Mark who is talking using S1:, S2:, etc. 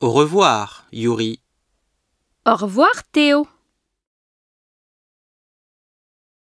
S1: Au revoir, Yuri.
S2: Au revoir, Théo.